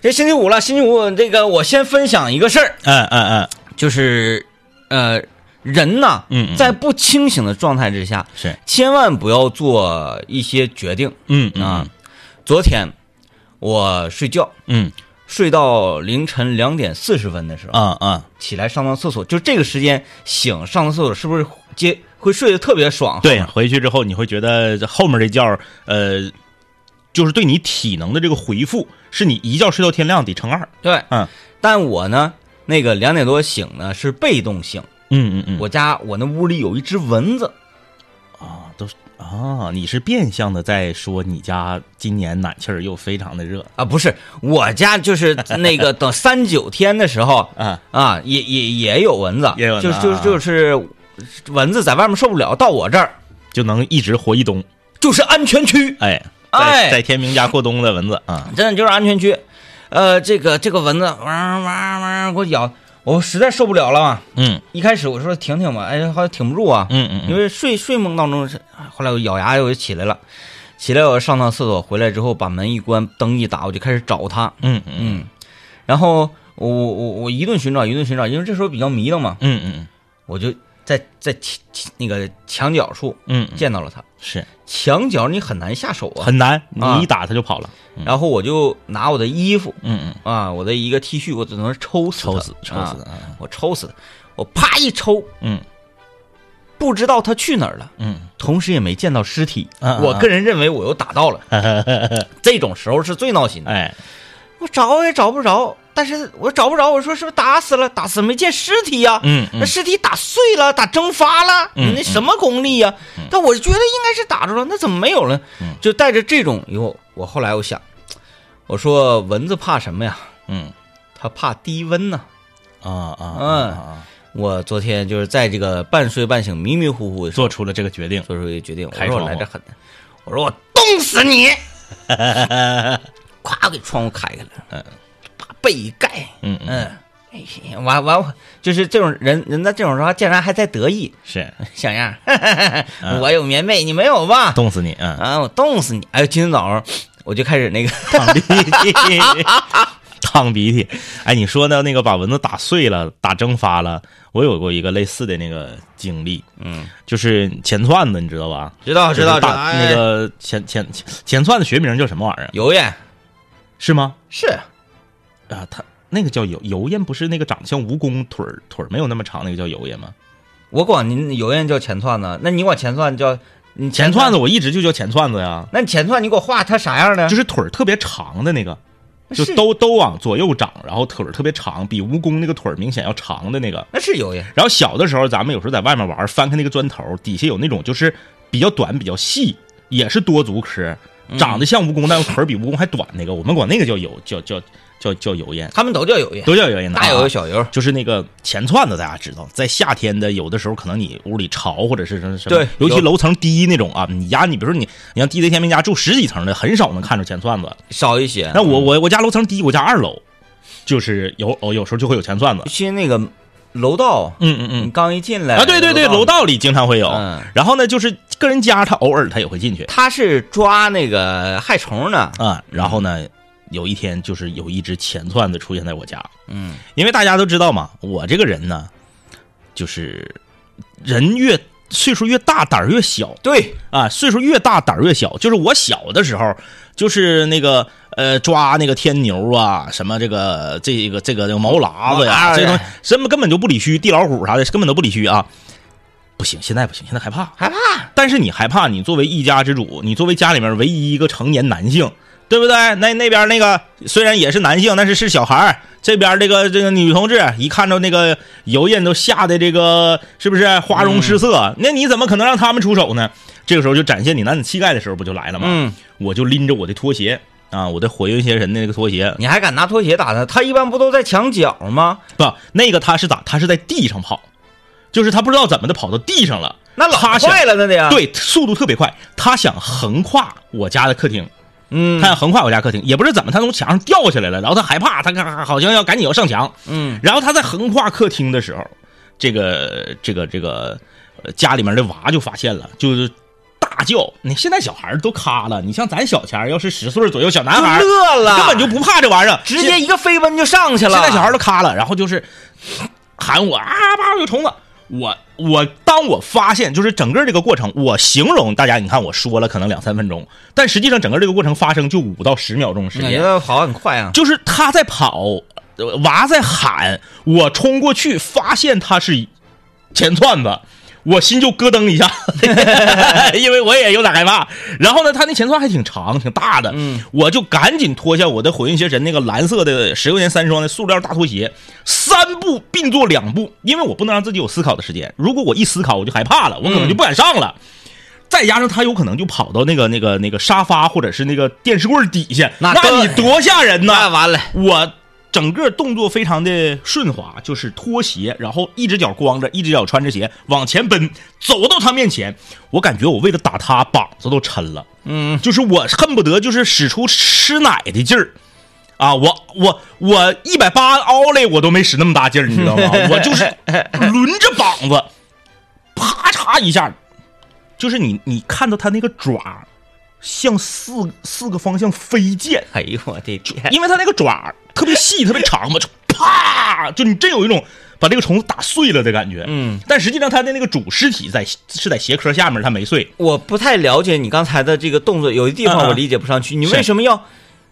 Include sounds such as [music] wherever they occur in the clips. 这星期五了，星期五这个我先分享一个事儿，嗯嗯嗯，就是呃，人呐，嗯嗯在不清醒的状态之下，是，千万不要做一些决定嗯啊。昨天我睡觉嗯睡到凌晨两点四十分的时候啊啊，起来上趟厕所，就这个时间醒上趟厕所，是不是接会睡得特别爽？对，回去之后你会觉得这后面这觉儿，呃，就是对你体能的这个回复，是你一觉睡到天亮得乘二。对，嗯但我呢，那个两点多醒呢是被动醒，嗯嗯嗯，我家我那屋里有一只蚊子，啊都是啊，你是变相的在说你家今年奶气儿又非常的热啊，不是我家，就是那个等三九天的时候啊，啊，也也也有蚊子，也有蚊子就是就啊是就是蚊子在外面受不了，到我这儿就能一直活一冬。就是安全区，哎，在哎在天明家过冬的蚊子啊，真的就是安全区。呃，这个这个蚊子，哇哇哇，给我咬，我实在受不了了嘛。嗯一开始我说停停吧，哎，好像挺不住啊，嗯嗯因嗯，为睡睡梦当中是，后来我咬牙我就起来了，起来我上趟厕所回来之后，把门一关，灯一打，我就开始找它。嗯嗯嗯，然后我我我一顿寻找，一顿寻找，因为这时候比较迷瞪嘛，嗯嗯我就在在墙墙那个墙角处嗯嗯，见到了它。是墙角你很难下手啊，很难，啊你一打它就跑了。然后我就拿我的衣服嗯嗯，啊，我的一个 T 恤，我只能抽死它抽死抽死啊，啊，我抽死它，我啪一抽，嗯不知道它去哪儿了。嗯。同时也没见到尸体，啊啊啊啊我个人认为我又打到了，这种时候是最闹心的。哎，我找也找不着，但是我找不着，我说是不是打死了？打死没见尸体呀、嗯那嗯尸体打碎了，打蒸发了，嗯你那什么功力呀、但我觉得应该是打着了，那怎么没有了？嗯就带着这种以后，我后来我想，我说蚊子怕什么呀？嗯它怕低温呐。啊啊，嗯啊，我昨天就是在这个半睡半醒、迷迷糊糊的时候做出了这个决定，做出一个决定，我开说我窗来户这狠的，我说我冻死你！ [laughs] 咵，我给窗户开开了，嗯，把被一盖，嗯嗯，嗯，哎呀，完完我，就是这种人，人在这种时候竟然还在得意，是小样儿， [laughs] 嗯我有棉被，你没有吧？冻死你啊！啊，我冻死你！哎，今天早上我就开始那个，淌鼻涕，淌鼻涕。哎，你说的那个把蚊子打碎了、打蒸发了，我有过一个类似的那个经历，嗯，就是钱串子，你 [laughs] 知道吧？知道知道就是知道，大那哎个钱钱钱钱串子学名叫什么玩意儿？啊油烟是吗？是啊，它那个叫油油烟，不是那个长得像蜈蚣腿儿腿儿没有那么长那个叫油烟吗？我管您油烟叫钱串子，那你管钱串叫你钱串子，子我一直就叫钱串子呀。那你钱串你给我画它啥样呢？就是腿儿特别长的那个，就是都都往左右长，然后腿儿特别长，比蜈蚣那个腿儿明显要长的那个。那是油烟，然后小的时候，咱们有时候在外面玩儿，翻开那个砖头，底下有那种就是比较短、比较细，也是多足科，嗯长得像蜈蚣，但是腿儿比蜈蚣还短那个，我们管那个叫油，叫叫叫叫油烟，他们都叫油烟，都叫油烟呢。大油啊油小油，就是那个钱串子，大家知道，在夏天的有的时候，可能你屋里潮或者是什么什么，对尤其有楼层低那种啊，你家你比如说你，你像地雷天明家住十几层的，很少能看着钱串子。少一些。那我我我家楼层低，我家二楼，就是有哦，有时候就会有钱串子。去那个楼道，嗯嗯你嗯，刚一进来啊对对对，楼，道里经常会有嗯。然后呢，就是个人家他偶尔他也会进去它是抓那个害虫呢。啊。然后呢，有一天就是有一只钱串子出现在我家，嗯因为大家都知道嘛，我这个人呢，就是人越岁数越大，胆儿越小。对，啊，岁数越大胆儿越小。就是我小的时候，就是那个呃抓那个天牛啊，什么这个这个这个这个毛喇子呀，毛喇子这些东西什么根本就不理虚，地老虎啥的根本都不理虚啊。不行，现在不行，现在害怕。害怕。但是你害怕，你作为一家之主，你作为家里面唯一一个成年男性，对不对？那那边那个虽然也是男性，但是是小孩儿。这边这个这个女同志一看到那个油印都吓得这个是不是花容失色？那你怎么可能让他们出手呢？这个时候就展现你男子气概的时候不就来了吗？嗯，我就拎着我的拖鞋啊，我的火云邪神的那个拖鞋，你还敢拿拖鞋打它？它一般不都在墙角吗？不，那个他是咋？他是在地上跑，就是他不知道怎么的跑到地上了。那老他想快了，那得。，啊对，速度特别快，他想横跨我家的客厅，嗯他想横跨我家客厅，也不知道怎么，他从墙上掉下来了，然后他害怕，他咔好像要赶紧要上墙，嗯，然后他在横跨客厅的时候，这个这个这个呃家里面的娃就发现了，就是大叫。你现在小孩儿都咖了，你像咱小前儿，要是十岁左右小男孩儿就，乐了，根本就不怕这玩意儿，直接一个飞奔就上去了。现在小孩都咔了，然后就是喊我啊，叭有虫子。我我当我发现就是整个这个过程，我形容大家，你看我说了可能两三分钟，但实际上整个这个过程发生就五到十秒钟时你觉间，得哎跑很快啊？就是他在跑，呃娃在喊，我冲过去发现他是钱串子。我心就咯噔 [laughs] 一下，因为我也有点害怕。然后呢，他那前串还挺长，挺大的，嗯，我就赶紧脱下我的火云邪神那个蓝色的十块钱三双的塑料大拖鞋，三步并作两步，因为我不能让自己有思考的时间。如果我一思考，我就害怕了，我可能就不敢上嗯了。再加上他有可能就跑到那个那个那个沙发或者是那个电视柜底下，那那更你多吓人呐！那完了，我整个动作非常的顺滑，就是脱鞋，然后一只脚光着，一只脚穿着鞋往前奔，走到他面前，我感觉我为了打他膀子都抻了。嗯，就是我恨不得就是使出吃奶的劲儿。啊，我我我一百八奥嘞，我都没使那么大劲儿，你知道吗？我就是抡着膀子，啪嚓一下，就是你你看到他那个爪，向四四个方向飞溅，哎呦我的天， [laughs] 因为它那个爪特别细、特别长 [laughs] 嘛，就啪，就你真有一种把这个虫子打碎了的感觉。嗯，但实际上它的那个主尸体在是在鞋壳下面，它没碎。 [laughs] 我不太了解你刚才的这个动作，有的地方嗯嗯我理解不上去。你是为什么要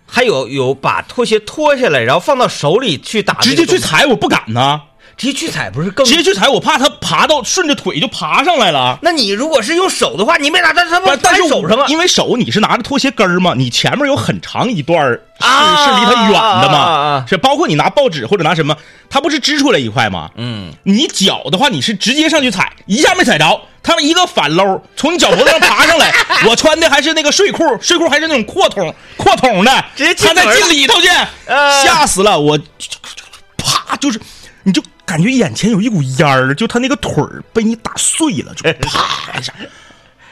还有有把拖鞋脱下来，然后放到手里去打直这啊接个动作？去踩我不敢呐，直接去踩不是更？直接去踩我怕它爬到顺着腿就爬上来了。那你如果是用手的话，你没拿到它不但但在是手上啊吗？因为手你是拿着拖鞋跟儿嘛，你前面有很长一段儿是、啊是离它远的嘛，啊啊啊是包括你拿报纸或者拿什么，它不是支出来一块吗？嗯，你脚的话，你是直接上去踩，一下没踩着，他们一个反搂从你脚脖子上爬 [laughs] 上来。我穿的还是那个睡裤，睡裤还是那种阔筒阔筒的，直接进他再门了进里头去，呃吓死了我！啪，就是你就感觉眼前有一股烟儿，就他那个腿儿被你打碎了，就 [laughs] 啪一下。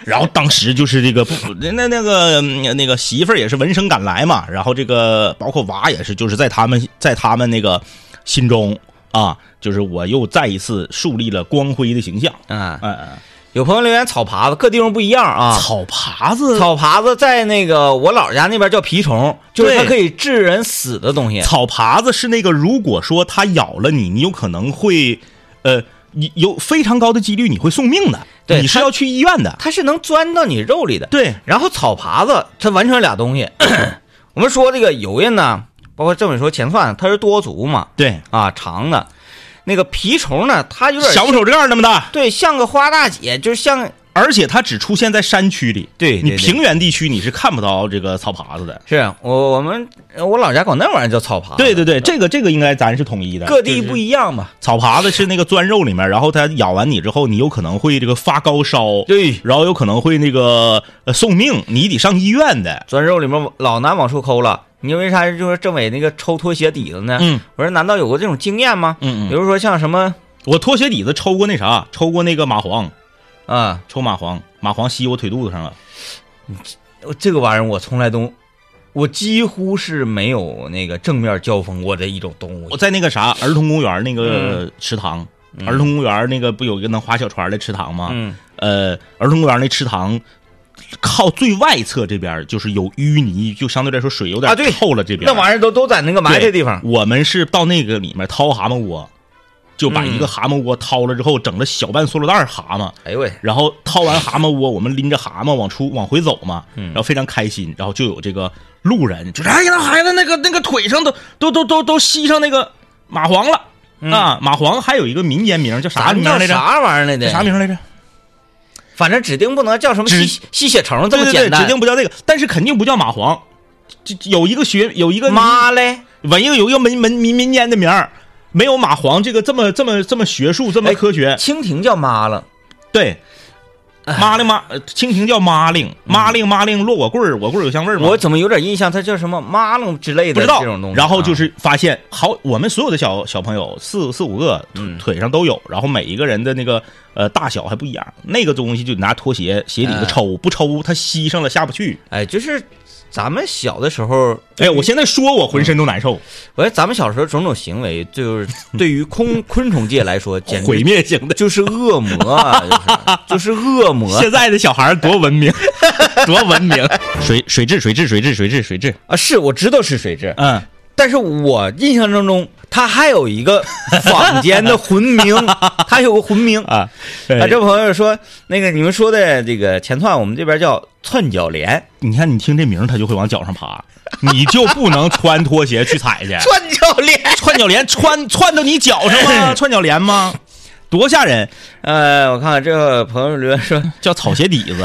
然后当时就是这个不那那个嗯那个媳妇儿也是闻声赶来嘛，然后这个包括娃也是，就是在他们在他们那个心中啊，就是我又再一次树立了光辉的形象。啊，嗯嗯，有朋友留言草耙子，各地方不一样啊。草耙子，草耙子在那个我姥家那边叫蜱虫，就是它对可以致人死的东西。草耙子是那个，如果说它咬了你，你有可能会，呃，你有非常高的几率你会送命的，对你是它要去医院的。它是能钻到你肉里的。对，然后草耙子它完全俩东西。 [clears throat] 我们说这个油印呢，包括政委说前饭，它是多足嘛，对，啊长的，那个蜱虫呢，它有点小拇手指盖那么大，对，像个花大姐，就是像而且它只出现在山区里，对你平原地区你是看不到这个草耙子的。是我我们我老家管那玩意儿叫草耙，对，对对，这个这个应该咱是统一的，啊各地就是不一样嘛。草耙子是那个钻肉里面，然后它咬完你之后，你有可能会这个发高烧，对，然后有可能会那个呃送命，你得上医院的。钻肉里面老难往出抠了。你为啥就是政委那个抽拖鞋底子呢？嗯我说难道有过这种经验吗？嗯比嗯，如说像什么我拖鞋底子抽过那啥，抽过那个蚂蟥，啊，抽蚂蟥，蚂蟥吸我腿肚子上了。我这个玩意儿我从来都，我几乎是没有那个正面交锋过的一种动物我。在那个啥儿童公园那嗯个池塘，儿童公园那个不有一个能划小船的池塘吗？嗯，呃，儿童公园那池塘靠最外侧这边就是有淤泥，就相对来说水有点啊对透了这边。那玩意儿都都在那个埋汰地方。对我们是到那个里面掏蛤蟆窝，就把嗯一个蛤蟆窝掏了之后，整了小半塑料袋儿蛤蟆。哎呦喂，然后掏完蛤蟆窝，我们拎着蛤蟆往出往回走嘛，嗯然后非常开心，然后就有这个路人就是哎呀，那孩子那个那个腿上都都都都都吸上那个蚂蟥了、啊，蚂蟥还有一个民间名叫啥咱名叫来着？嗯啥玩意儿来的？啥？名来着？反正指定不能叫什么指吸吸血虫这对么对简对，单。指定不叫这个，但是肯定不叫蚂蟥。这这有一个学有一个妈嘞！文一个有一个民民民民间的名儿，没有蚂蟥这个这么这么这么学术这么哎哎科学。蜻蜓叫妈了，对，麻令麻，呃蜻蜓叫麻令，麻令麻令落我棍儿，我棍儿有香味儿吗？我怎么有点印象？它叫什么妈了之类的不知道这种东西。然后就啊是发现，好，我们所有的小小朋友四四五个腿嗯腿上都有，然后每一个人的那个呃大小还不一样，那个东西就拿拖鞋鞋底哎子抽，不抽它吸上了下不去。哎，就是咱们小的时候，哎，我现在说我浑身都难受，我觉得咱们小时候种种行为，就是对于昆 [laughs] 昆虫界来说，简直毁灭性 [laughs] 的。就是恶魔啊，就是就是恶魔现在的小孩儿多文明，多文明。水水质，水质，水质，水质，水质。啊！是我知道是水蛭，嗯，但是我印象当中，它还有一个坊间的魂名，它有个魂名。啊，啊，哎这位朋友说，那个你们说的这个前窜，我们这边叫窜脚莲，你看，你听这名儿，他就会往脚上爬，你就不能穿拖鞋去踩去。窜脚莲。窜脚连窜窜到你脚上 [laughs] 吗？窜脚连吗？多吓人！呃，我看看这个朋友留言说，叫草鞋底 [laughs] 子，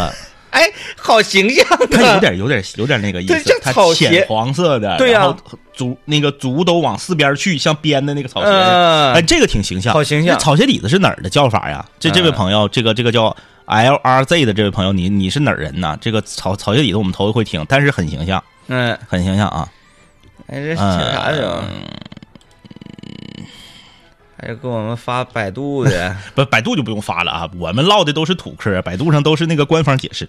哎，好形象它啊有！点有点有点那个意对像思，它草鞋浅黄色的，对呀然后足那个足都往四边去，像编的那个草鞋。嗯哎，这个挺形象，呃好形象那草鞋底子是哪儿的叫法呀？这这位嗯朋友，这个这个叫 L R Z 的这位朋友，你你是哪儿人呐？这个草草鞋底子我们头一回听，但是很形象，嗯，很形象啊。哎，这是嗯写啥的呀？还是给我们发百度的不，百度就不用发了啊，我们唠的都是土嗑，百度上都是那个官方解释。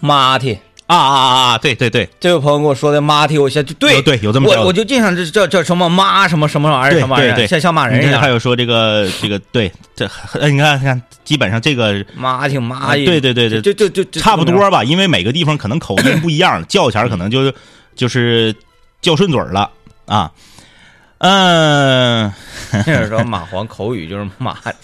马蹄。啊啊啊啊！对对对，这位朋友跟我说的妈替我先就对有对有这么叫我的我就印象这叫叫什么妈什么什么玩意儿对什么玩意对儿，对像像骂人一你看还样，有说这个这个对，这哎你看你看，基本上这个妈挺妈一，对对对对就就就就差不这么着多吧，因为每个地方可能口音不 [laughs] 一样，叫起来可能就是就是叫顺嘴儿了啊。 [laughs] 嗯，那人说蚂蟥口语就是妈的，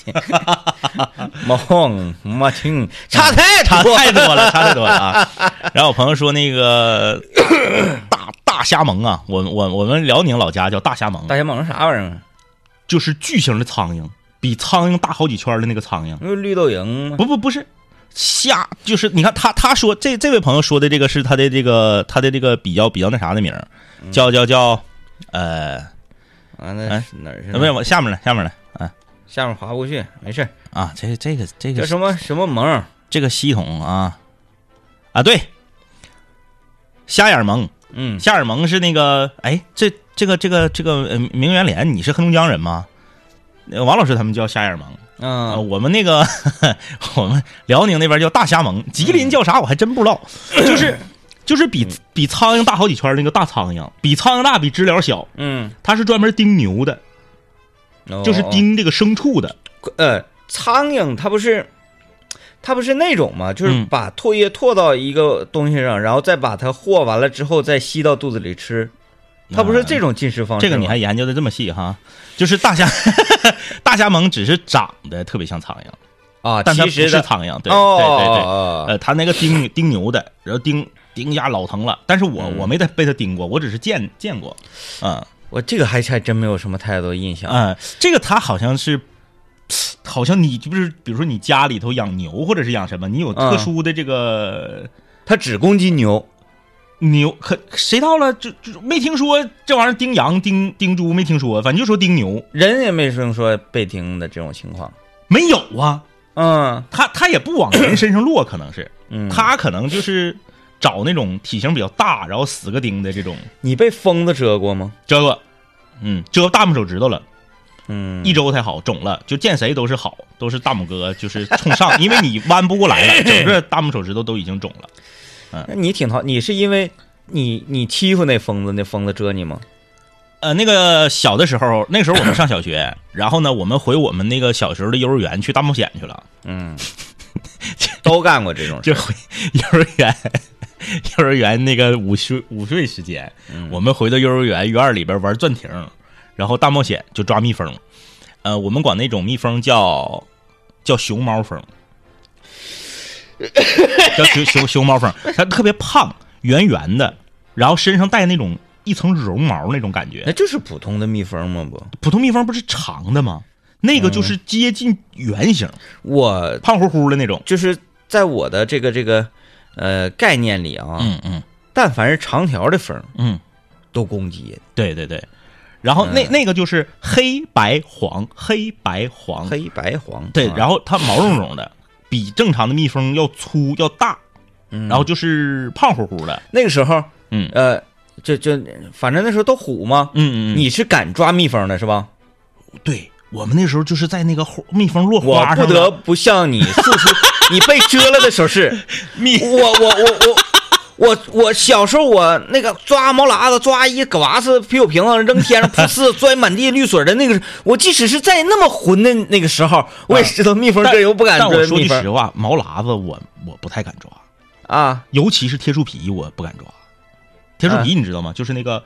蚂蟥妈听差太差多太多了，差太多了啊！ [laughs] 然后我朋友说 [coughs] 那个大大虾虻啊，我我我们辽宁老家叫大虾虻，大小猛是啥玩意儿？就是巨型的苍蝇，比苍蝇大好几圈儿的那个苍蝇。不是绿豆蝇吗？不不不是，虾就是你看他他说这这位朋友说的这个是他的这个他的这个比较比较那啥的名儿，叫叫叫呃，啊，那哎是哪儿是不是哪儿？我下面来下面来，啊下面滑不过去，没事儿。啊，这个这个这叫个什么什么萌？这个系统啊啊对，瞎眼萌嗯，瞎眼萌是那个哎这这个这个这个呃名媛莲，你是黑龙江人吗？呃王老师他们叫瞎眼萌啊、嗯，我们那个 [laughs] 我们辽宁那边叫大虾萌，吉嗯林叫啥我还真不知 [clears throat] 道，就是就是比比苍蝇大好几圈儿那个大苍蝇，比苍蝇大比知了小，嗯，它是专门盯牛的，哦就是盯这个牲畜的，呃，苍蝇它不是，它不是那种嘛，就是嗯把唾液唾到一个东西上，然后再把它和完了之后再吸到肚子里吃，它不是这种进食方式啊哦吗。这个你还研究的这么细哈？就是大虾 [laughs] 大虾萌只是长得特别像苍蝇，啊？但其它不实是的苍蝇，对哦，对对对。对呃，它那个盯盯牛的，然后盯盯一下老疼了，但是我嗯我没得被它盯过，我只是见见过，嗯，我这个还还真没有什么太多印象。嗯，这个它好像是，好像你就是比如说你家里头养牛或者是养什么，你有特嗯殊的这个它只攻击牛，牛，可谁到了就就没听说这玩意儿盯羊盯盯猪没听说，反正就说盯牛人也没听说被叮的这种情况。没有啊，嗯它它也不往人身上落，可能是嗯，它可能就是找那种体型比较大，然后死个钉的这种你被疯子蛰过吗？这个。嗯，遮大拇手指头了，嗯，一周才好肿了，就见谁都是好，都是大拇哥就是冲上，因为你弯不过来了，整个大拇手指头都已经肿了。那你挺好，你是因为你你欺负那疯子，那疯子蛰你吗？呃，那个小的时候，那时候我们上小学，然后呢，我们回我们那个小时候的幼儿园去大冒险去了，嗯，都干过这种事。就回 [laughs] 幼儿园，幼儿园那个午睡午睡时间，我们回到幼儿园院儿里边玩转亭，然后大冒险就抓蜜蜂，呃，我们管那种蜜蜂叫叫熊猫 [laughs] 蜂，叫熊熊熊猫蜂，它特别胖，圆圆的，然后身上带那种一层绒毛那种感觉那，就是普通的蜜蜂吗？不，普通蜜蜂不是长的吗？那个就是接近圆形，我胖乎乎的那种。就是在我的这个这个呃概念里啊，嗯嗯但凡是长条的蜂嗯，都攻击对对对。然后那、嗯那个就是黑白黄，黑白黄，黑啊白黄。对，后然后它毛 [laughs] 茸茸的，比正常的蜜蜂要粗要大，嗯然后就是胖乎乎的。那个时候，嗯呃，就就反正那时候都虎嘛，嗯嗯，你是敢抓蜜蜂的是吧？对我们那时候就是在那个花蜜蜂落我花上不 [laughs] 得不向你诉出你被蛰了的手势。蜜我我我我我我小时候我那个抓毛喇子抓一葛娃子啤酒瓶子扔天上，噗呲摔满地绿水的那个，我即使是在那么混的那个时候，我也知道蜜蜂这又不敢啊但追我说蜜句蜂实话，毛喇子我我不太敢抓，啊尤其是铁树皮我不敢抓。铁树皮你知道吗？就是那个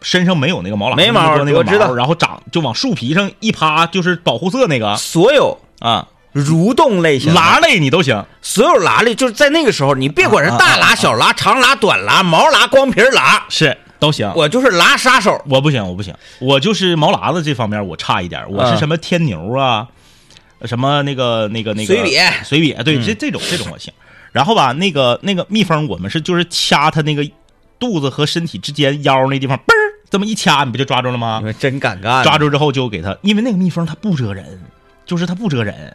身上没有那个毛喇嗯子，没毛就是那个我知道然后长就往树皮上一趴，就是保护色那个所有啊，蠕动类型的拉类你都行。所有拉力就是在那个时候，你别管是啊大拉、小拉、长拉、短拉、毛拉、光皮拉，是都行。我我就是拉杀手。我不行，我不行，我就是毛喇子这方面我差一点，我是嗯什么天牛啊，什么那个那个那个随嗯瘪随瘪，对，这这种这种我行。然后吧，那个那个蜜蜂，我们是就是掐它那个肚子和身体之间腰那地方，嘣儿这么一掐，你不就抓住了吗你？们真敢干！抓住之后就给它，因为那个蜜蜂它不蜇人，就是它不蜇人，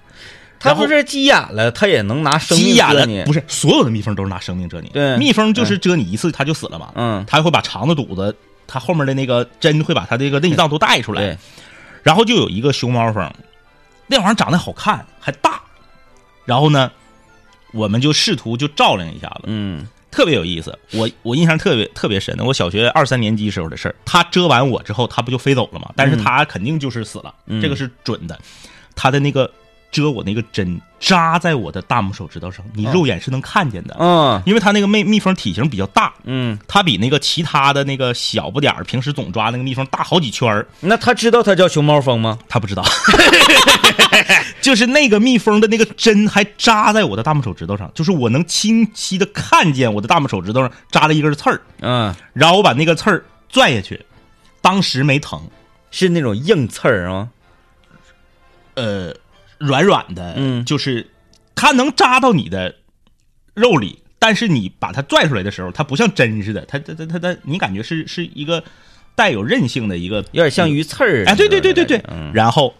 他然后不是急眼了，他也能拿生急命眼割了你。不是所有的蜜蜂都是拿生命蛰你，对蜜蜂就是蛰你一次它就死了嘛，嗯它会把肠子肚子，它后面的那个针会把它这个内脏都带出来对，，然后就有一个熊猫蜂，那玩意儿长得好看还大，然后呢，我们就试图就照亮一下子，嗯特别有意思。我我印象特别特别深的，我小学二三年级时候的事儿。它蛰完我之后，它不就飞走了吗？但是它肯定就是死了，嗯这个是准的。它的那个蛰我那个针扎在我的大拇手指头上，你哦肉眼是能看见的，嗯因为它那个蜜蜜蜂体型比较大。嗯，它比那个其他的那个小不点儿，平时总抓那个蜜蜂大好几圈儿，那他知道他叫熊猫蜂吗？他不知道， [laughs] 就是那个蜜蜂的那个针还扎在我的大拇手指头上，就是我能清晰的看见我的大拇手指头上扎了一根刺儿，嗯，然后我把那个刺儿拽下去，当时没疼，是那种硬刺儿啊吗？呃，软软的，嗯就是它能扎到你的肉里，但是你把它拽出来的时候，它不像针似的，它它它它它，你感觉是是一个带有韧性的一个，有点像鱼刺儿。哎，对对对对对，嗯然后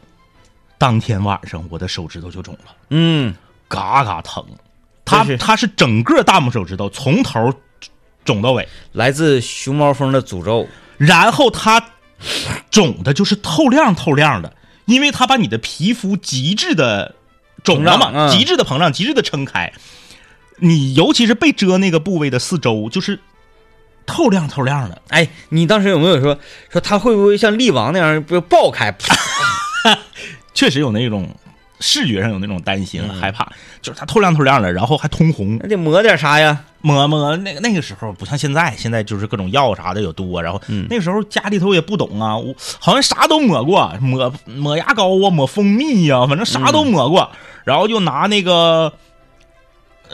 当天晚上我的手指头就肿了。嗯，嘎嘎疼。它这是它是整个大拇手指头从头肿到尾，来自熊猫蜂的诅咒。然后它肿的就是透亮透亮的，因为它把你的皮肤极致的肿了膨胀嘛，嗯极致的膨胀，极致的撑开。你尤其是被蛰那个部位的四周，就是透亮透亮的。哎，你当时有没有说说他会不会像力王那样不爆开？确实有那种视觉上有那种担心、嗯害怕，就是它透亮透亮的，然后还通红那，得抹点啥呀？摸摸那个那个时候不像现在，现在就是各种药啥的有多，然后、嗯那个时候家里头也不懂啊，我好像啥都抹过，抹抹牙膏啊，抹蜂蜜呀、反正啥嗯都抹过，然后又拿那个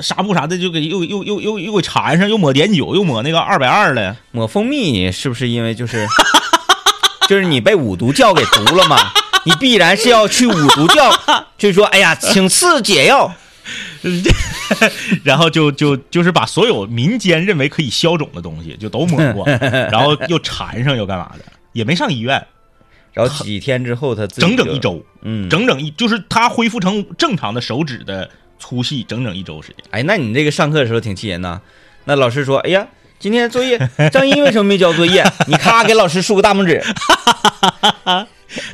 纱布啥的就给又又又又又给缠上，又抹碘酒，又抹那个二百二的，抹蜂蜜是不是因为就是 [laughs] 就是你被五毒教给毒了嘛？你必然是要去五毒教，就是说，哎呀，请赐解药。然后就就就是把所有民间认为可以消肿的东西就都抹 [laughs] 过，然后又缠上又干嘛的，也没上医院，然后几天之后，他自己整整就一，周。嗯，整整一，就是它恢复成正常的手指的粗细，整整一周时间。哎，那你这个上课的时候挺气人呐。那老师说，哎呀，今天作业，张一为什么没交作 [laughs] 业？你咔给老师竖个大拇指。 [laughs]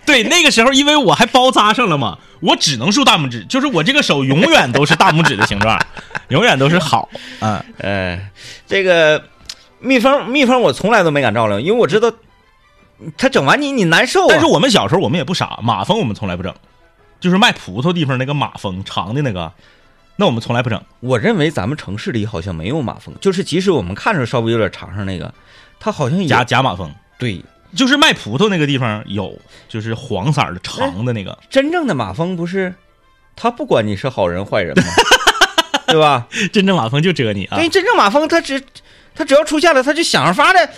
对，那个时候因为我还包扎上了嘛，我只能竖大拇指，就是我这个手永远都是大拇指的形 [laughs] 状，永远都是好。 [laughs] 嗯，哎，这个蜜蜂，蜜蜂我从来都没敢照料，因为我知道他整完你，你难受啊。但是我们小时候我们也不傻，马蜂我们从来不整，就是卖葡萄地方那个马蜂长的那个，那我们从来不整。我认为咱们城市里好像没有马蜂，就是即使我们看着稍微有点长上那个，它好像也假假马蜂对就是卖葡萄那个地方有，就是黄色儿的长的那个，真正的马蜂不是，它不管你是好人坏人 [laughs] 嘛，对吧？真正马蜂就蛰你啊因。为真正马蜂它只它只要出现了，它就想法的，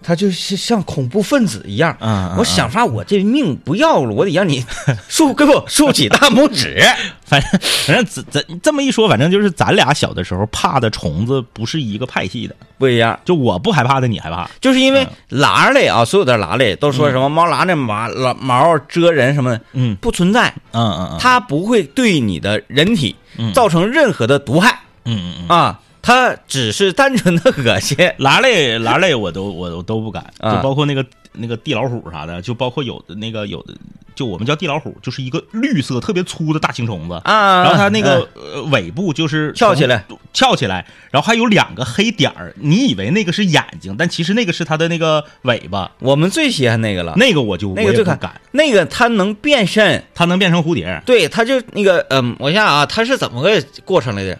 它就是像恐怖分子一样。嗯，嗯我想法，我这命不要了，我得让你竖给我竖起大拇指。反正反正咱咱这么一说，反正就是咱俩小的时候怕的虫子不是一个派系的，不一样，就我不害怕的，你害怕。就是因为拉类啊，所有的拉类都说什么猫拉那毛老毛蛰人什么的，嗯不存在。嗯嗯嗯，它不会对你的人体嗯造成任何的毒害嗯嗯嗯，啊，它只是单纯的恶心。拉类拉类我都我我都不敢，就啊包括那个那个地老虎啥的，就包括有的那个有的就我们叫地老虎，就是一个绿色特别粗的大青虫子，啊，然后它那嗯个呃尾部就是翘起来从，翘起来，然后还有两个黑点儿，你以为那个是眼睛，但其实那个是它的那个尾巴，我们最稀罕那个了，那个我就啊那个我也最不看敢，那个它能变身，它能变成蝴蝶，对，它就那个嗯，我想想啊，它是怎么个过程来的？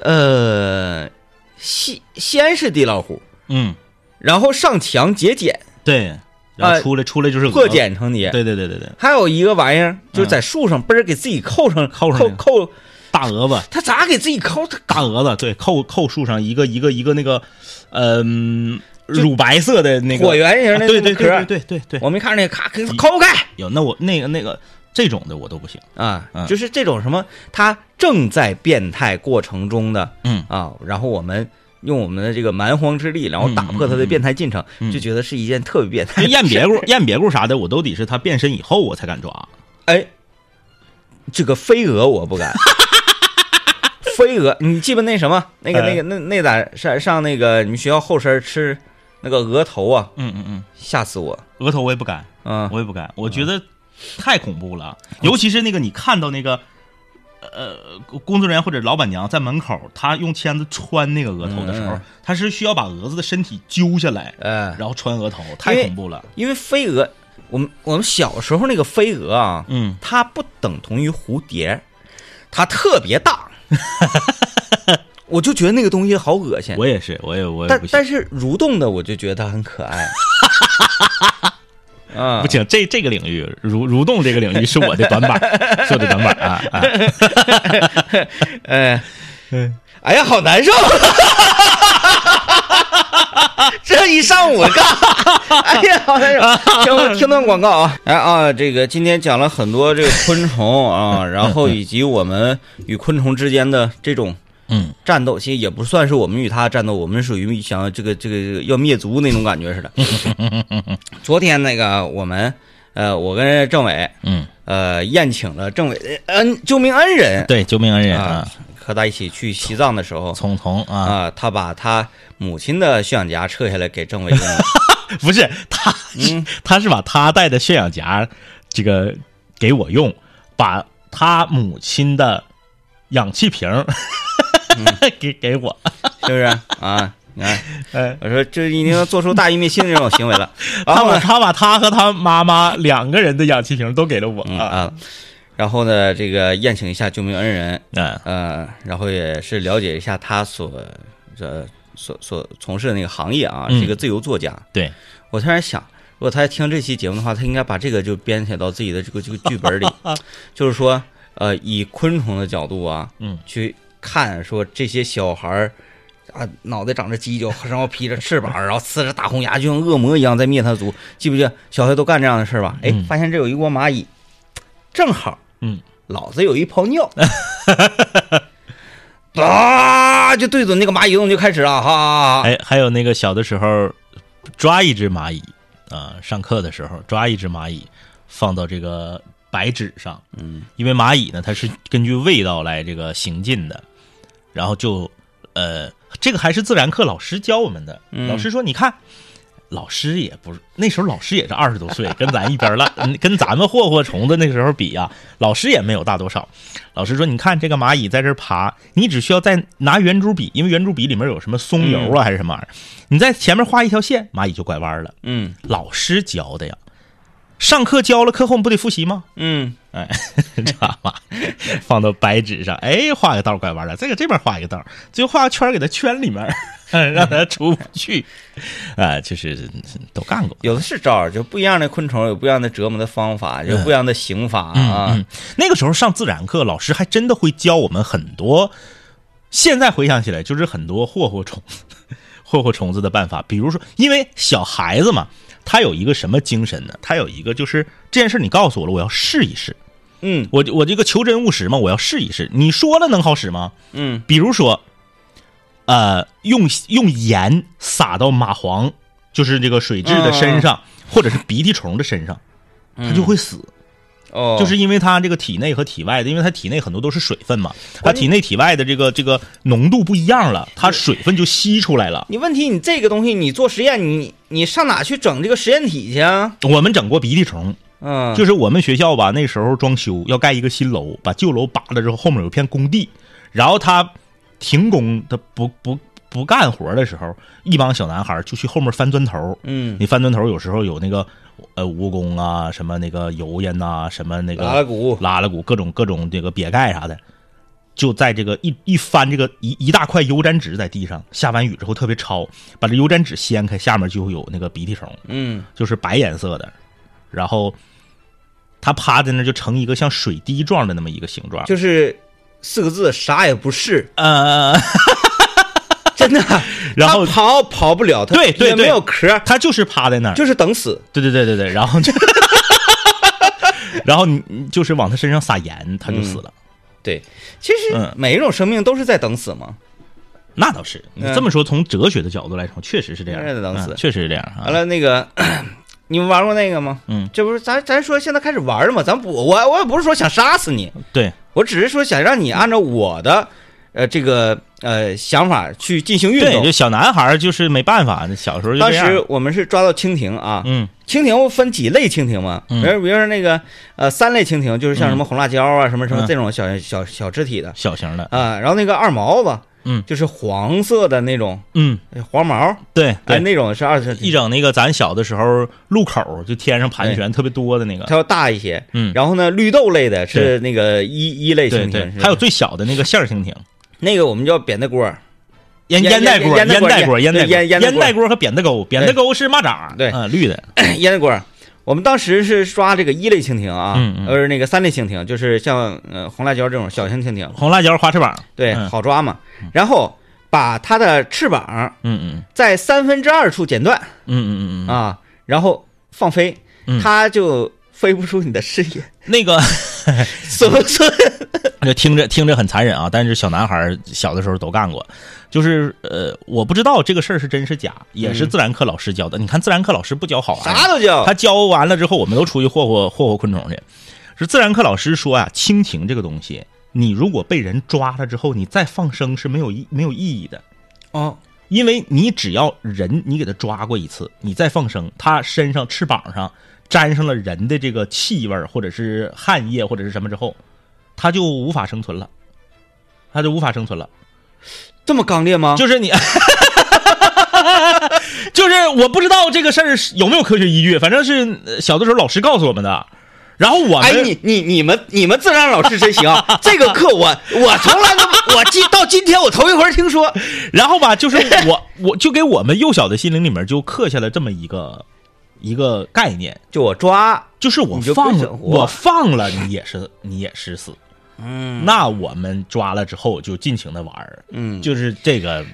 呃，先先是地老虎，嗯，然后上墙节俭，对，然后呃出来出来就是破鹅，茧成蝶，对对对对对，还有一个玩意儿，就是在树上嘣儿给自己扣上，扣上扣那个扣，大蛾子，他咋给自己扣？他大蛾子，对，扣扣树上一个一个一个那个，嗯、就乳白色的那个椭圆形啊的对那个对对对壳，对对对，我没看着那个咔给它扣开有那我那个那个这种的我都不行，啊嗯，就是这种什么，它正在变态过程中的嗯啊，然后我们。用我们的这个蛮荒之力，然后打破它的变态进程，嗯嗯嗯就觉得是一件特别变态的就事。燕别故燕别故啥的，我都得是它变身以后我才敢抓，哎，这个飞蛾我不 [laughs] 敢。飞蛾，你记不那什么，那个、哎那个、那那咋上上那个你们学校后身吃那个鹅头啊，嗯嗯嗯，吓死我！额头我也不敢，嗯， [laughs] 我也不敢，我觉得太恐怖了，尤其是那个你看到那个。呃，工作人员或者老板娘在门口，她用签子穿那个额头的时候嗯嗯，她是需要把蛾子的身体揪下来，呃，然后穿额头，太恐怖了。因为飞蛾，我们我们小时候那个飞蛾啊，嗯，它不等同于蝴蝶，它特别 [laughs] 大，我就觉得那个东西好恶心。我也是，我也我也但不行，但是蠕动的，我就觉得它很可 [laughs] 爱。嗯啊不，行，这这个领域蠕蠕动这个领域是我的短板， [laughs] 是我的短板啊啊！哎，哎呀，好难受！ [laughs] 这一上午干， [laughs] 哎呀，好难受！听听段广告啊，哎啊，这个今天讲了很多这个昆虫 [laughs] 啊，然后以及我们与昆虫之间的这种嗯战斗，其实也不算是我们与它的战斗，我们属于想这个这个这个要灭族那种感觉似的。 [laughs] 昨天那个我们呃，我跟政委嗯，呃宴请了政委呃恩救命恩人，对，救命恩人啊啊，，和他一起去西藏的时候从从啊，啊，他把他母亲的驯养夹撤下来给政委用 [laughs] 了。不是他，嗯 [laughs] 他是把他带的血氧夹这个给我用，把他母亲的氧气瓶儿嗯 [laughs] 给给我，是不是啊？你看，哎，我说这已经做出大义灭亲的这种行为 [laughs] 了。然他后把呢，他把他和他妈妈两个人的氧气瓶都给了我嗯啊，啊，然后呢，这个宴请一下救命恩人，嗯呃，然后也是了解一下他所这所所从事的那个行业啊，是嗯一个自由作家。对，我突然想，如果他听这期节目的话，他应该把这个就编写到自己的这个这个剧 [laughs] 本里，就是说，呃，以昆虫的角度啊，嗯，去看说这些小孩儿啊，脑袋长着犄角，然后披着翅膀，然后呲着大红牙，就像恶魔一样在灭他族，记不记得小学都干这样的事儿吧？哎嗯，发现这有一窝蚂蚁，正好，嗯，老子有一泡尿。 [laughs] 啊！就对准那个蚂蚁洞就开始啊，哈哈！哈哎，还有那个小的时候抓一只蚂蚁啊、上课的时候抓一只蚂蚁放到这个白纸上，嗯，因为蚂蚁呢它是根据味道来这个行进的，然后就呃这个还是自然课老师教我们的，嗯老师说你看。老师也不是那时候，老师也是二十多岁，跟咱一边儿了，嗯跟咱们霍霍虫子那时候比呀、老师也没有大多少。老师说：“你看这个蚂蚁在这儿爬，你只需要再拿圆珠笔，因为圆珠笔里面有什么松油啊还是什么玩意儿，你在前面画一条线，蚂蚁就拐弯了。嗯”老师教的呀，上课教了，课后你不得复习吗？ [laughs] 嗯，哎，知道吧？放到白纸上，哎，画个道儿拐弯了，再给这边画一个道儿，最后画个圈儿给它圈里面儿， [laughs] 让它出不去。啊、就是都干过。有的是招儿，就不一样的昆虫有不一样的折磨的方法，有不一样的刑法啊。嗯，那个时候上自然课，老师还真的会教我们很多。现在回想起来，就是很多霍霍虫、 [laughs] 霍霍虫子的办法，比如说，因为小孩子嘛，他有一个什么精神呢？他有一个就是这件事你告诉我了，我要试一试。嗯我我这个求真务实嘛，我要试一试。你说了能好使吗？嗯比如说，呃，用用盐撒到蚂蟥，就是这个水蛭的身上，或者是鼻涕虫的身上，它就会死。哦，就是因为它这个体内和体外的，因为它体内很多都是水分嘛，它关键体内体外的这个这个浓度不一样了，它水分就吸出来了。你问题，你这个东西你做实验，你你上哪去整这个实验体去啊？我们整过鼻涕虫，嗯，就是我们学校吧，那时候装修要盖一个新楼，把旧楼扒了之后，后面有一片工地，然后他停工，他不不不干活的时候，一帮小男孩就去后面翻砖头。嗯，你翻砖头有时候有那个呃蜈蚣啊，什么那个油烟呐、什么那个拉拉鼓，拉拉鼓，各种各种这个瘪盖啥的，就在这个一一翻这个一一大块油毡纸在地上，下完雨之后特别潮，把这油毡纸掀开，下面就会有那个鼻涕虫，嗯就是白颜色的，然后它趴在那儿就成一个像水滴状的那么一个形状，就是四个字，啥也不是，呃， [laughs] 真的。然后它跑跑不了，它对对也对没有壳儿，它就是趴在那儿，就是等死。对对对对对，然后就， [laughs] 然后你你就是往它身上撒盐，它嗯就死了。对，其实嗯每一种生命都是在等死嘛。那倒是，你嗯这么说，从哲学的角度来说，确实是这样，那等死嗯确实是这样啊。完了那个， [clears throat] 你们玩过那个吗？嗯，这不是咱咱说现在开始玩了吗？咱不，我我也不是说想杀死你，对，我只是说想让你按照我的呃这个呃想法去进行运对，动就。小男孩儿就是没办法，小时候就当这样。啊时我们是抓到蜻蜓啊，嗯蜻蜓分几类蜻蜓嘛？比嗯如比如说那个呃三类蜻蜓，就是像什么红辣椒啊，什么什么嗯这种小小小肢体的小型的，啊。然后那个二毛子，嗯就是黄色的那种嗯，呃黄毛，对哎，对，那种是二次一整那个咱小的时候路口就天上盘旋特别多的那个，它要大一些。啊嗯，然后呢，绿豆类的是那个一一类对蜻对蜓，，是吧还有最小的那个线儿蜻蜓，那个我们叫扁担锅儿， [clears throat] 烟烟袋锅、烟袋烟锅袋锅、烟烟袋烟烟袋锅烟袋锅和扁担钩，扁担钩是蚂蚱，对嗯，绿的，烟袋锅儿。我们当时是抓这个一类蜻蜓啊，嗯嗯呃，那个三类蜻蜓，就是像呃红辣椒这种小型蜻蜓，红辣椒花翅膀，对，嗯好抓嘛。然后把它的翅膀嗯嗯在三分之二处剪断嗯嗯嗯嗯嗯，啊，然后放飞嗯，它就飞不出你的视野。 [laughs] 那个所以说，哎就听着听着很残忍啊，但是小男孩儿小的时候都干过，就是呃，我不知道这个事儿是真是假，也是自然课老师教的。你看自然课老师不教好玩意儿啥都叫他教完了之后，我们都出去霍霍霍霍昆虫去。是自然课老师说啊，蜻蜓这个东西，你如果被人抓了之后，你再放生是没有意没有意义的，哦，因为你只要人你给它抓过一次，你再放生，它身上翅膀上沾上了人的这个气味儿或者是汗液或者是什么之后，它就无法生存了，它就无法生存了。这么刚烈吗？就是你， [laughs] 就是我不知道这个事儿是有没有科学依据，反正是呃小的时候老师告诉我们的。然后我们，哎，你你你们你们自然老师 [laughs] 真行啊，这个课我我从来都我今到今天我头一回听说，然后吧，就是我，我就给我们幼小的心灵里面就刻下了这么一个一个概念，就我抓，就是我你就放跟了着活我放了你也是你也是死，嗯那我们抓了之后就尽情的玩儿，嗯，就是这 [laughs] 个，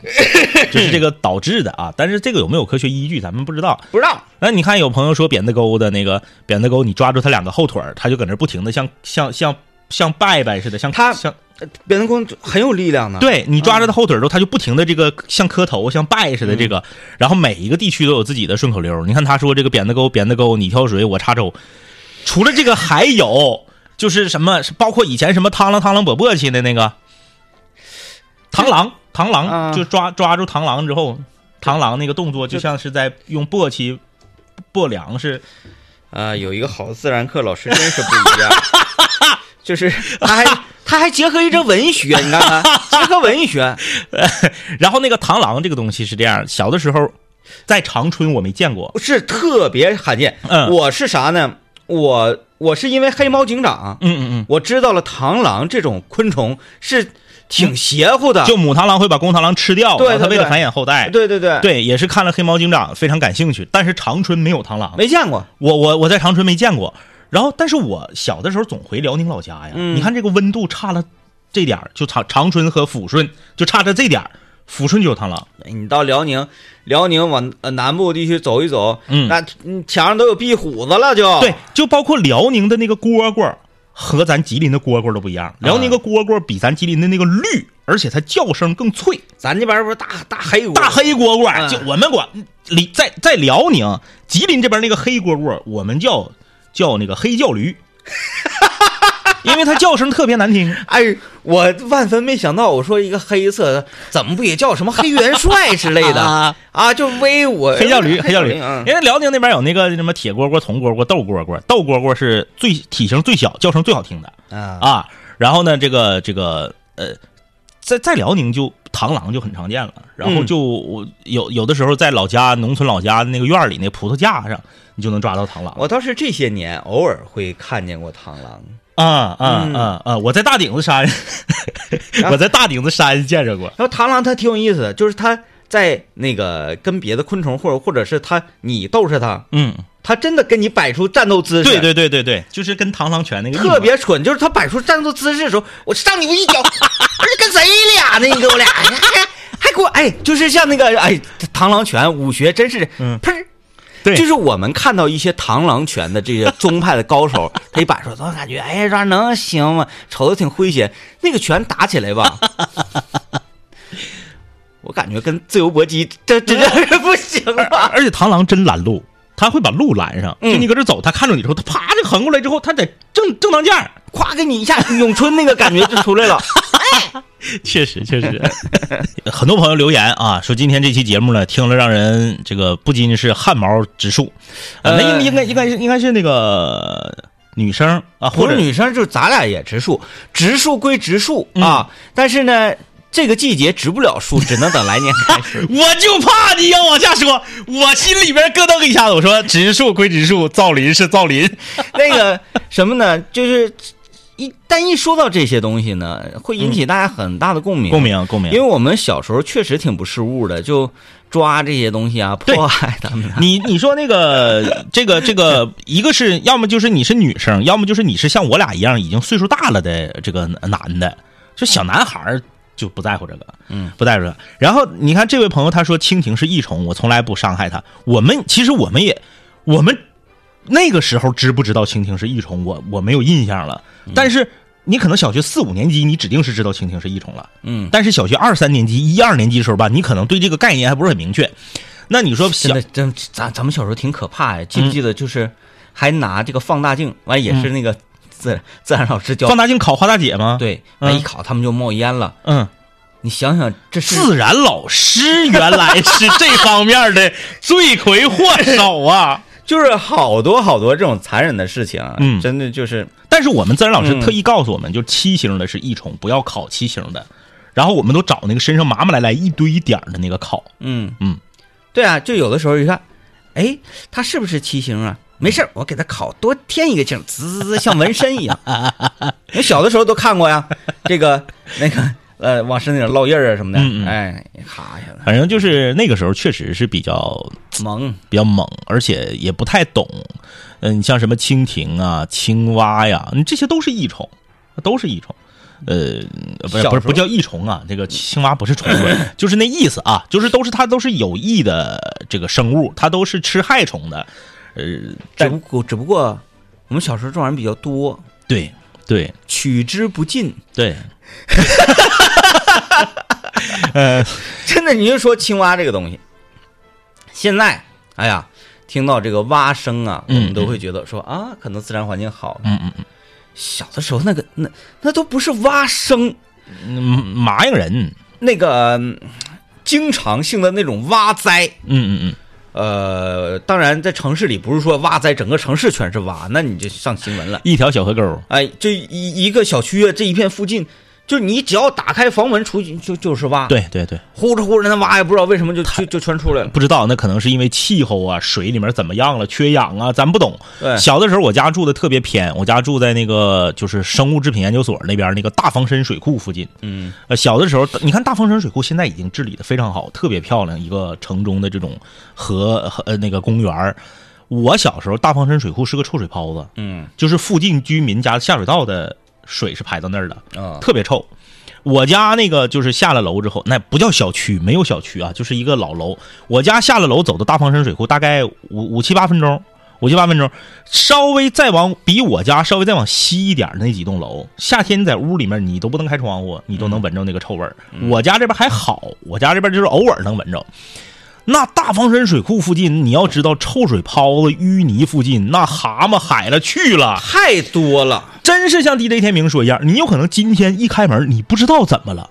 就是这个导致的啊。但是这个有没有科学依据，咱们不知道。不知道，那你看，有朋友说扁担钩的那个扁担钩，你抓住它两个后腿儿，它就搁那儿不停的像像像像拜拜似的，像它像扁担公主很有力量呢。，对你抓着它后腿儿之后，它就不停的这个像磕头像拜似的这嗯个，然后每一个地区都有自己的顺口溜儿。你看他说这个扁担钩扁担钩，你挑水我插粥，除了这个还有就是什么，包括以前什么螳螂螳螂簸簸去的那个螳螂螳啊螂，就抓抓住螳螂之后，螳螂那个动作就像是在用簸箕簸粮食。啊，有一个好的自然课老师真是不一 [laughs] 样，就是他还他还结合一阵文学，你看看，结合文学，然后那个螳螂这个东西是这样，小的时候在长春我没见过，是特别罕见。嗯我是啥呢？我我是因为黑猫警长，嗯嗯我知道了螳螂这种昆虫是挺邪乎的嗯，。就母螳螂会把公螳螂吃掉，啊对然后它对为了对繁衍后代。对对对，对，也是看了《黑猫警长》非常感兴趣，但是长春没有螳螂，没见过。我我我在长春没见过。然后，但是我小的时候总回辽宁老家呀，嗯你看这个温度差了这点儿，就长长春和抚顺就差着这点儿，抚顺就有螳螂，你到辽宁，辽宁往呃南部地区走一走，嗯那嗯墙上都有壁虎子了，就对，，就包括辽宁的那个蝈蝈儿和咱吉林的蝈蝈儿都不一样，辽嗯宁的蝈蝈儿比咱吉林的那个绿，而且它叫声更脆。咱这边不是大大黑虎，大黑蝈蝈，嗯就我们管离在在辽宁、 [laughs] 吉林这边那个黑蝈蝈，我们叫叫那个黑叫驴，因为它叫声特别难听。哎，我万分没想到，我说一个黑色的，怎么不也叫什么黑元帅之类的 [laughs] 啊啊？就威武，黑叫驴，黑叫驴。啊因！为辽宁那边有那个什么铁蝈蝈、铜蝈蝈、豆蝈蝈，豆蝈蝈是最体型最小、叫声最好听的啊啊。然后呢，这个这个呃，在在辽宁就螳螂就很常见了。然后嗯就我有有的时候在老家农村老家那个院儿里那葡萄架上，你就能抓到螳螂。我倒是这些年偶尔会看见过螳螂，啊啊嗯啊啊！我在大顶子山，我在大顶子山见着过。然后螳螂它挺有意思的，就是它在那个跟别的昆虫或者或者是它你斗着它，嗯，它真的跟你摆出战斗姿势，对对对对对，就是跟螳螂拳那个一模特别蠢，就是他摆出战斗姿势的时候，我上你我一脚，不是跟谁俩呢？你跟我俩还还给我哎，就是像那个哎螳螂拳武学，真是嗯喷。对就是我们看到一些螳螂拳的这些宗派的高手，他一摆出来，总感觉哎呀，这玩意儿能行吗？瞅着挺诙谐，那个拳打起来吧， [laughs] 我感觉跟自由搏击这这这是不行啊而了。而且螳螂真拦路，它会把路拦上。嗯就你搁这走，它看着你之后，它啪就横过来之后，它在正正当间儿。咵给你一下，咏春那个感觉就出来了。 [laughs] 确实，确实，很多朋友留言啊，说今天这期节目呢，听了让人这个不禁是汗毛直竖。呃，那呃应应该应该是应该是那个女生啊，或不者。是女生，就咱俩也植树，植树归植树啊，但是呢，这个季节植不了树，只能等来年开始 [laughs] 我就怕你要往下说，我心里边咯噔一下子。我说植树归植树，造林是造林。那个什么呢，就是一但一说到这些东西呢，会引起大家很大的共鸣。 [laughs] 共，鸣，共鸣。因为我们小时候确实挺不识物的，就抓这些东西啊，对破坏它 [laughs] 们啊。你你说那个这个这个，一个是要么就是你是女生，要么就是你是像我俩一样已经岁数大了的这个男的，就小男孩儿就不在乎这个，嗯，不在乎这个。然后你看这位朋友他说蜻蜓是益虫，我从来不伤害它。我们其实我们也我们那个时候知不知道蜻蜓是益虫，我我没有印象了。但是你可能小学四五年级，你指定是知道蜻蜓是益虫了。嗯，但是小学二三年级、一二年级的时候吧，你可能对这个概念还不是很明确。那你说小嗯真的，真咱咱们小时候挺可怕呀，记不记得？就是还拿这个放大镜，完也是那个自自然老师教放，大镜烤花大姐吗？，对，嗯完一烤他们就冒烟了。嗯，你想想，这是自然老师原来是这方面的罪魁祸首啊。就是好多好多这种残忍的事情啊，嗯真的就是 [laughs] 但是我们自然老师特意告诉我们，就七星的是一虫，不要烤七星的。然后我们都找那个身上麻麻赖赖一堆一点儿的那个烤，嗯嗯，对啊，就有的时候一看，哎，它是不是七星啊？没事儿我给它烤多添一个星，滋滋滋，像纹身一 [laughs] 样。我小的时候都看过呀，这个那个呃，往身上烙印儿啊什么的，嗯嗯哎，咔一下反正就是那个时候确实是比较子萌，比较猛，而且也不太懂。嗯、你像什么蜻蜓啊、青蛙呀，嗯你这些都是益虫，都是益虫。呃，不是小不时候是不叫益虫啊，这个青蛙不是虫子， [laughs] 就是那意思啊，就是都是它都是有益的这个生物，它都是吃害虫的。呃，只但不过只不过我们小时候这玩意儿比较多，对对取之不尽。对， [laughs] 真的，你就说青蛙这个东西，现在，哎呀，听到这个蛙声啊，我嗯们都会觉得说啊，可能自然环境好。嗯嗯小的时候那个那那都不是蛙声，嗯，麻痒人，那个嗯经常性的那种蛙灾。嗯嗯嗯，呃，当然，在城市里不是说蛙灾，整个城市全是蛙，那你就上新闻了。一条小河沟，哎，这一一个小区啊，这一片附近，就是你只要打开房门出去，就就是蛙。，对对对，呼哧呼哧，那蛙也不知道为什么就就就全出来了。不知道那可能是因为气候啊，水里面怎么样了，缺氧啊，咱不懂。对，小的时候我家住的特别偏，我家住在那个就是生物制品研究所那边那个大方参水库附近。嗯呃，小的时候，你看大方参水库现在已经治理的非常好，特别漂亮，一个城中的这种河和呃那个公园儿我小时候大方参水库是个臭水泡子，嗯就是附近居民家下水道的水是排到那儿的。啊，特别臭。我家那个就是下了楼之后，那不叫小区，没有小区啊，就是一个老楼。我家下了楼走到大方山水库，大概五五七八分钟，五七八分钟，稍微再往比我家稍微再往西一点的那几栋楼，夏天你在屋里面你都不能开窗户，你都能闻着那个臭味儿。我家这边还好，我家这边就是偶尔能闻着。那大方山水库附近，你要知道臭水泡子、淤泥附近，那蛤蟆海了去了。太多了。真真是像 DJ 天明说一样，你有可能今天一开门，你不知道怎么了，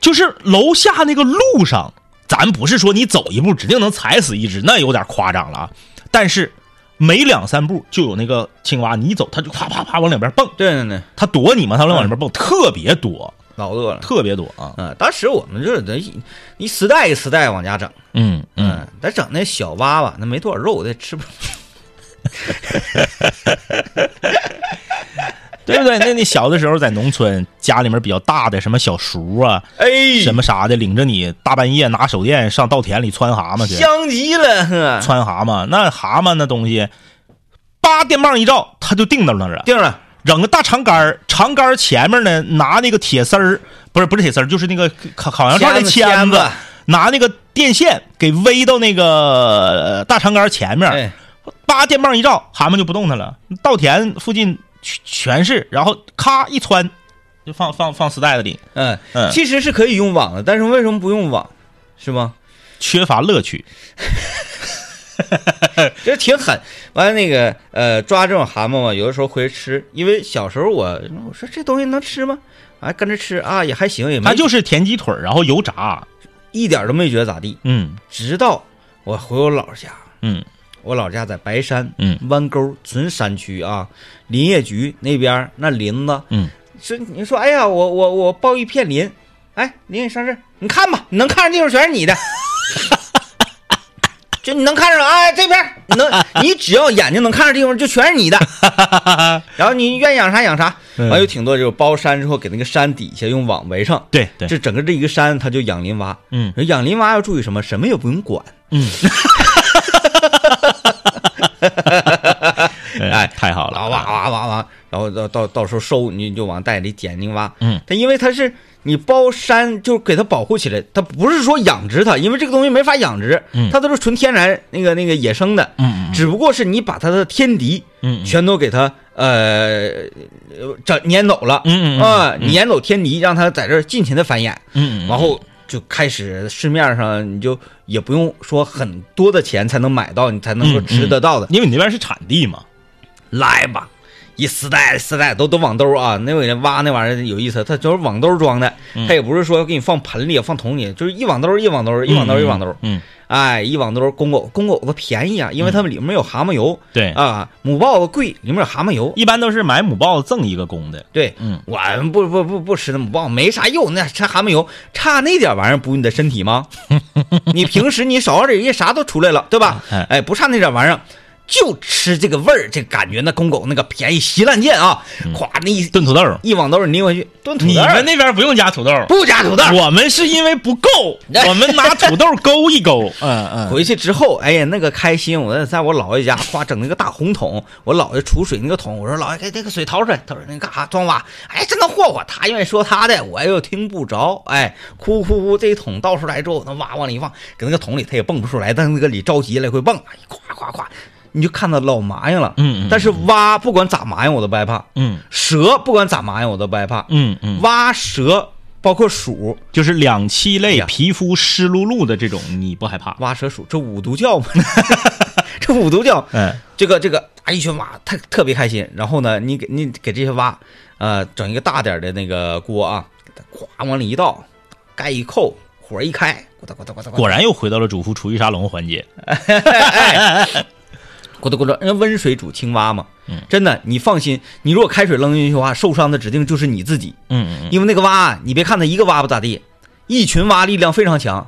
就是楼下那个路上，咱不是说你走一步指定能踩死一只，那有点夸张了啊。但是每两三步就有那个青蛙，你一走它就啪啪啪往两边蹦，对对对，它躲你嘛，它往两边蹦，特别多，老多了。特别多啊。嗯，当时我们就是得一一丝带一丝带往家整，嗯嗯，嗯，咱整那小蛙吧，那没多少肉，这吃不了。对不对？那你小的时候在农村，家里面比较大的什么小叔啊，哎什么啥的，领着你大半夜拿手电上稻田里穿蛤蟆去，香极了，呵穿蛤蟆，那蛤蟆那东西，叭电棒一照，它就定到那儿了。定了，整个大长杆儿，长杆儿前面呢拿那个铁丝儿，不是不是铁丝儿，就是那个烤烤羊串的签签子子，拿那个电线给围到那个呃大长杆儿前面，哎，叭电棒一照，蛤蟆就不动弹了。稻田附近全全是，然后咔一穿，就放放放丝袋子里，嗯，嗯，其实是可以用网的，但是为什么不用网？是吗？缺乏乐趣。这挺狠。完了那个呃，抓这种蛤蟆嘛，有的时候回去吃，因为小时候我我说这东西能吃吗？啊，跟着吃啊，也还行，也没它就是田鸡腿儿，然后油炸，一点都没觉得咋地。嗯直到我回我姥家，嗯我老家在白山，嗯，弯沟纯山区啊，林业局那边儿那林子，嗯，是你说，哎呀，我我我抱一片林，哎，林你上这儿，你看吧，你能看上地方全是你的， [laughs] 就你能看上，哎，这边儿你 [laughs] 能，你只要眼睛能看上地方，就全是你的，然后你愿养啥养啥，嗯完、有挺多就是包山之后给那个山底下用网围上，对对，这整个这一个山它就养林蛙，嗯养林蛙要注意什么，什么也不用管。嗯，哎太好了，啊哇哇哇哇，然后到到到时候收你就往袋里捡那挖。嗯，它因为它是你包山，就给它保护起来，它不是说养殖它，因为这个东西没法养殖，嗯它都是纯天然那个那个野生的，嗯只不过是你把它的天敌嗯嗯全都给它呃呃整撵走了，嗯嗯嗯啊，撵走天敌，让它在这儿尽情的繁衍，嗯嗯，然后就开始市面上你就也不用说很多的钱才能买到，你才能说嗯吃得到的。因为你那边是产地嘛，来吧，一丝带丝带都都网兜啊，那我给人挖那玩意儿有意思，它就是网兜装的，嗯它也不是说给你放盆里放桶里，就是一网兜一网兜一网兜一网兜，嗯，哎，一网兜公狗公狗子便宜啊，因为它们里面有蛤蟆油对，啊，母豹子贵，里面有蛤蟆油，一般都是买母豹赠一个公的，对。嗯，我们不不不不吃那母豹，没啥用，那吃蛤蟆油差那点玩意儿补你的身体 [laughs] 吗？你平时你少熬点夜，啥都出来了，对吧？哎哎，不差那点玩意儿，就吃这个味儿，这感觉那公狗那个便宜稀烂贱啊！咵，那一炖土豆儿，一网兜儿拎回去炖土嗯你豆儿，们那边不用加土豆儿，不加土豆儿，我们是因为不 [laughs] 够，我们拿土豆勾一勾，嗯嗯，回去之后，哎呀，那个开心！我在我姥爷家，哗，整那个大红桶，我姥爷储水那个桶，我说姥爷，给这个水掏出来。他说那干啥装蛙？哎，真能霍霍。他愿意说他的，我又听不着。哎，哭哭哭，这一桶倒出来之后，那蛙往里一放，搁那个桶里它也蹦不出来，但是那个里着急来回蹦，哎，咵咵咵，你就看到老麻痒了。嗯嗯嗯但是蛙不管咋麻痒我都不害怕，嗯蛇不管咋麻痒我都不害怕。嗯嗯，蛙、蛇包括鼠，就是两栖哎类呀皮肤湿漉漉的这种，你不害怕？蛙蛇鼠，这五毒教吗？ [laughs] 这五毒教，嗯这个这个啊，一群蛙，特特别开心。然后呢，你给你给这些蛙，呃，整一个大点儿的那个锅啊，给它咵往里一倒，盖一扣，火一开，咕哒咕哒咕哒咕哒，果然又回到了主妇厨艺沙龙环节，哎咕嘟咕嘟，人家温水煮青蛙嘛。嗯真的，你放心，你如果开水扔进去的话，受伤的指定就是你自己，嗯嗯因为那个蛙啊，你别看它一个蛙不咋地，一群蛙力量非常强。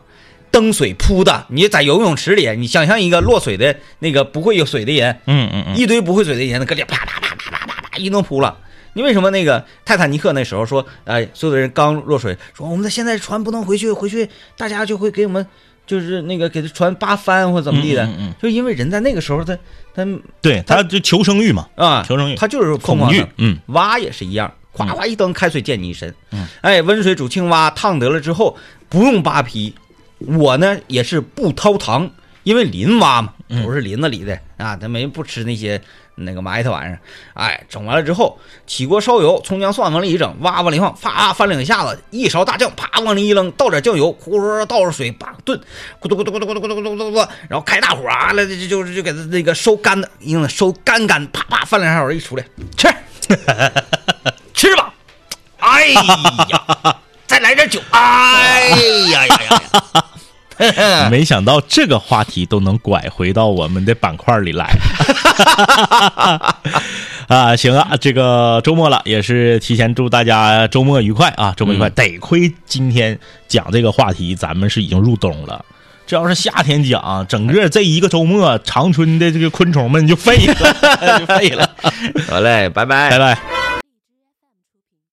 蹬水扑的，你在游泳池里，你想象一个落水的那个不会有水的人，嗯嗯嗯，一堆不会水的人搁里啪啪啪啪啪啪啪一弄扑了。你为什么那个泰坦尼克那时候说，哎，所有的人刚落水，说我们的现在船不能回去，回去大家就会给我们就是那个给这船扒翻或怎么地的，嗯嗯嗯嗯就因为人在那个时候他他对，他就求生欲嘛，啊，求生欲他就是疯恐狂惧的，嗯蛙也是一样，夸夸一蹬，开水溅你一身。嗯，哎，温水煮青蛙烫得了之后，不用扒皮，我呢也是不掏糖，因为林蛙嘛，都是林子里的啊，咱没不吃那些那个埋汰玩意儿。哎，整完了之后，起锅烧油，葱姜蒜往里一整，蛙往里一放，啪翻两下子，一勺大酱啪往里一扔，倒点酱油，呼噜倒上水，把炖，咕嘟咕嘟咕嘟咕嘟咕嘟咕嘟咕嘟，然后开大火啊，来就就就给它那个收干的，硬的收干干，啪啪翻两下手一出来吃。哎呀，再来点酒，哎呀呀呀呀！ [laughs] 没想到这个话题都能拐回到我们的板块里来。 [laughs] 啊，行啊，这个周末了，也是提前祝大家周末愉快啊，周末愉快。嗯得亏今天讲这个话题，咱们是已经入冬了。这要是夏天讲，整个这一个周末，长春的这个昆虫们就废了，就废了。 [laughs] 好嘞，拜拜拜。拜。